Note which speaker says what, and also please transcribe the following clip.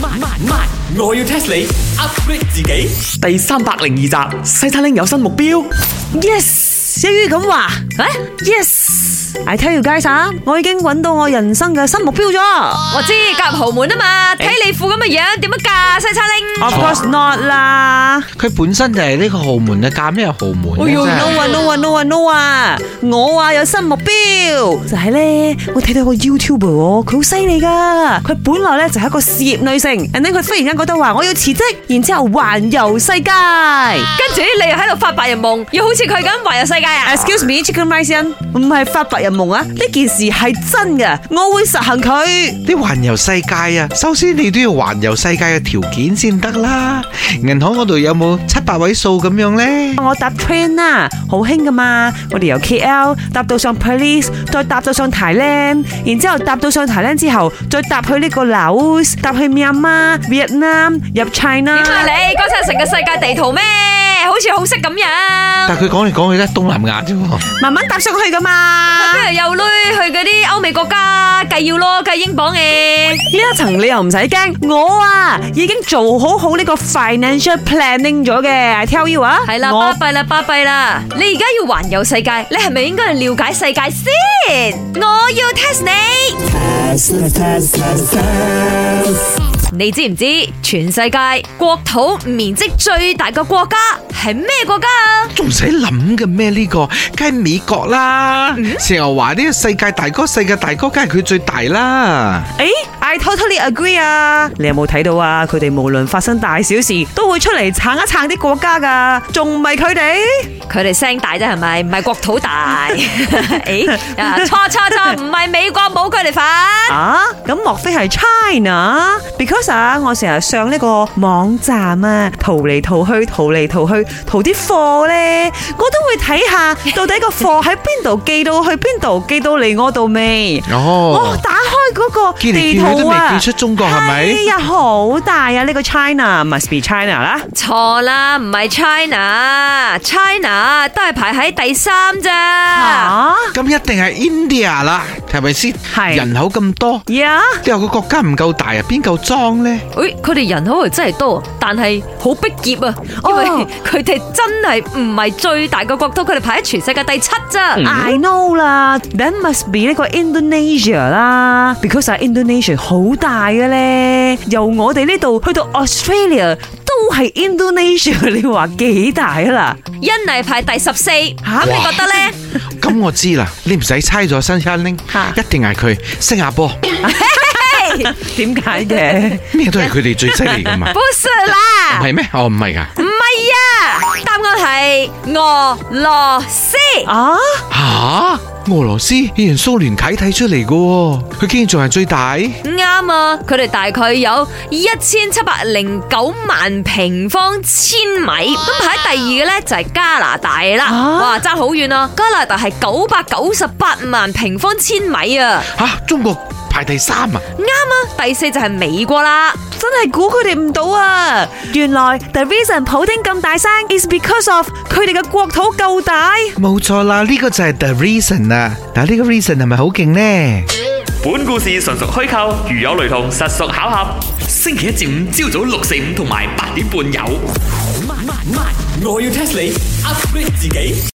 Speaker 1: 慢慢慢，我要 test 你 upgrade 自己。第三百零二集，西塔玲有新目標。
Speaker 2: Yes，一於咁話。
Speaker 3: 啊
Speaker 2: Yes，I tell you guys 啊，我已經揾到我人生嘅新目標咗。
Speaker 3: 我知夾豪門啊嘛，睇你副咁嘅樣，點樣嫁西餐拎？
Speaker 2: Of course not 啦。
Speaker 4: 佢本身就係呢個豪門嘅，嫁咩豪門
Speaker 2: 哎
Speaker 4: 咧？
Speaker 2: 呦
Speaker 4: 真係
Speaker 2: ，no 啊 no 啊 no 啊 no 啊！我啊有新目標，就係咧，我睇到個 YouTuber 喎佢好犀利噶，佢本來咧就係一個事業女性，and then 佢忽然間覺得話我要辭職，然之後環遊世界。
Speaker 3: 跟住你又喺度發白日夢，要好似佢咁環遊世界啊！
Speaker 2: Excuse me，Chicken Rice Inn，唔係發白日夢啊！呢件事係真嘅，我會實行佢。
Speaker 4: 你環遊世界啊，首先你都要環遊世界嘅條件先得啦。銀行嗰度有冇七八位數咁樣呢？
Speaker 2: 我搭 train 啊，好興噶嘛！我哋由 KL 搭到上 Perlis，再搭到上 Thailand，然之後搭到上 Thailand 之後，再搭去呢個 Laos，搭去 Myanmar、Vietnam 入 China
Speaker 3: 點。啊你嗰陣成個世界地圖咩？好似好識咁樣
Speaker 4: 但，佢講嚟講去都係東南亞啫喎。
Speaker 2: 慢慢搭上去噶嘛。
Speaker 3: 跟住又女去嗰啲歐美國家計要咯，計英鎊嘅。
Speaker 2: 呢一層你又唔使驚，我啊已經做好好呢個 financial planning 咗嘅，I tell you 啊，
Speaker 3: 係啦，
Speaker 2: 我
Speaker 3: 巴閉啦，巴閉啦！你而家要環遊世界，你係咪應該去了解世界先？我要 test 你。你知唔知全世界國土面積最大嘅國家係咩國家啊？
Speaker 4: 仲唔使諗嘅咩？呢個梗係美國啦，
Speaker 2: 嗯
Speaker 4: 成日話呢個世界大哥，世界大哥，梗係佢最大啦。
Speaker 2: 誒，I totally agree 啊！你有冇睇到啊？佢哋無論發生大小事，都會出嚟撐一撐啲國家噶，仲唔係佢哋？
Speaker 3: 佢哋聲大啫，係咪？唔係國土大。 誒，啊錯錯錯，唔係美國冇佢哋份。
Speaker 2: 啊，咁莫非係 China？Because 啊，我成日上呢個網站啊，淘嚟淘去，淘嚟淘去，淘啲貨呢，我都會睇下到底個貨喺邊度寄到去邊度，寄到嚟我度未？我
Speaker 4: 哦，
Speaker 2: 打開嗰個
Speaker 4: 見嚟
Speaker 2: 地
Speaker 4: 見去都
Speaker 2: 圖
Speaker 4: 未
Speaker 2: 啊，
Speaker 4: 見出中國係咪
Speaker 2: 哎呀，好大啊！呢個 China，must be China 啦。
Speaker 3: 錯啦，唔係 China，China 都係排喺第三咋。
Speaker 2: 啊
Speaker 4: 咁一定係 India 啦，係咪先？
Speaker 2: 係
Speaker 4: 人口咁多，
Speaker 2: 呀
Speaker 4: 之後個國家唔夠大啊，邊夠裝呢？
Speaker 3: 誒，佢哋人口又真係多，但係好逼仄啊，因為
Speaker 2: 哦
Speaker 3: 佢哋真係唔係最大嘅國土，佢哋排喺全世界第七咋。啊
Speaker 2: I know 啦，that must be 呢個 Indonesia 啦，because 啊 Indonesia 好大嘅咧，由我哋呢度去到 Australia 都係 Indonesia，你 話幾大啦？
Speaker 3: 印尼排第十四，咁你
Speaker 4: 哇
Speaker 3: 覺得呢？
Speaker 4: 咁我知啦，你唔使猜咗新餐拎
Speaker 2: 嚇，
Speaker 4: 一定係佢新加坡，
Speaker 2: 點解嘅？
Speaker 4: 咩都係佢哋最犀利噶嘛，
Speaker 3: 不
Speaker 4: 唔
Speaker 3: 是啦，
Speaker 4: 係咩？哦，唔係噶，
Speaker 3: 唔係啊，答案係俄羅斯。
Speaker 2: 啊，
Speaker 4: 吓，俄羅斯以前蘇聯解體出嚟噶喎，佢竟然仲係最大，
Speaker 3: 啱啊！佢哋大概有一千七百零九萬平方千米，咁排喺第二嘅呢，就係加拿大啦，
Speaker 2: 啊
Speaker 3: 哇爭好遠啊！加拿大係九百九十八萬平方千米啊，
Speaker 4: 吓，中國排第三啊！
Speaker 3: 啱啊！第四就係美國啦，
Speaker 2: 真係估佢哋唔到啊！原來 the reason 普丁咁大聲 is because of 佢哋嘅國土夠大。
Speaker 4: 冇錯啦，呢、個就係 the reason 啦。但係呢個 reason 係咪好勁呢？
Speaker 1: 本故事純屬虛構，如有雷同，實屬巧合。星期一至五朝早六四五同埋八點半有。我要 test 你 upgrade 自己。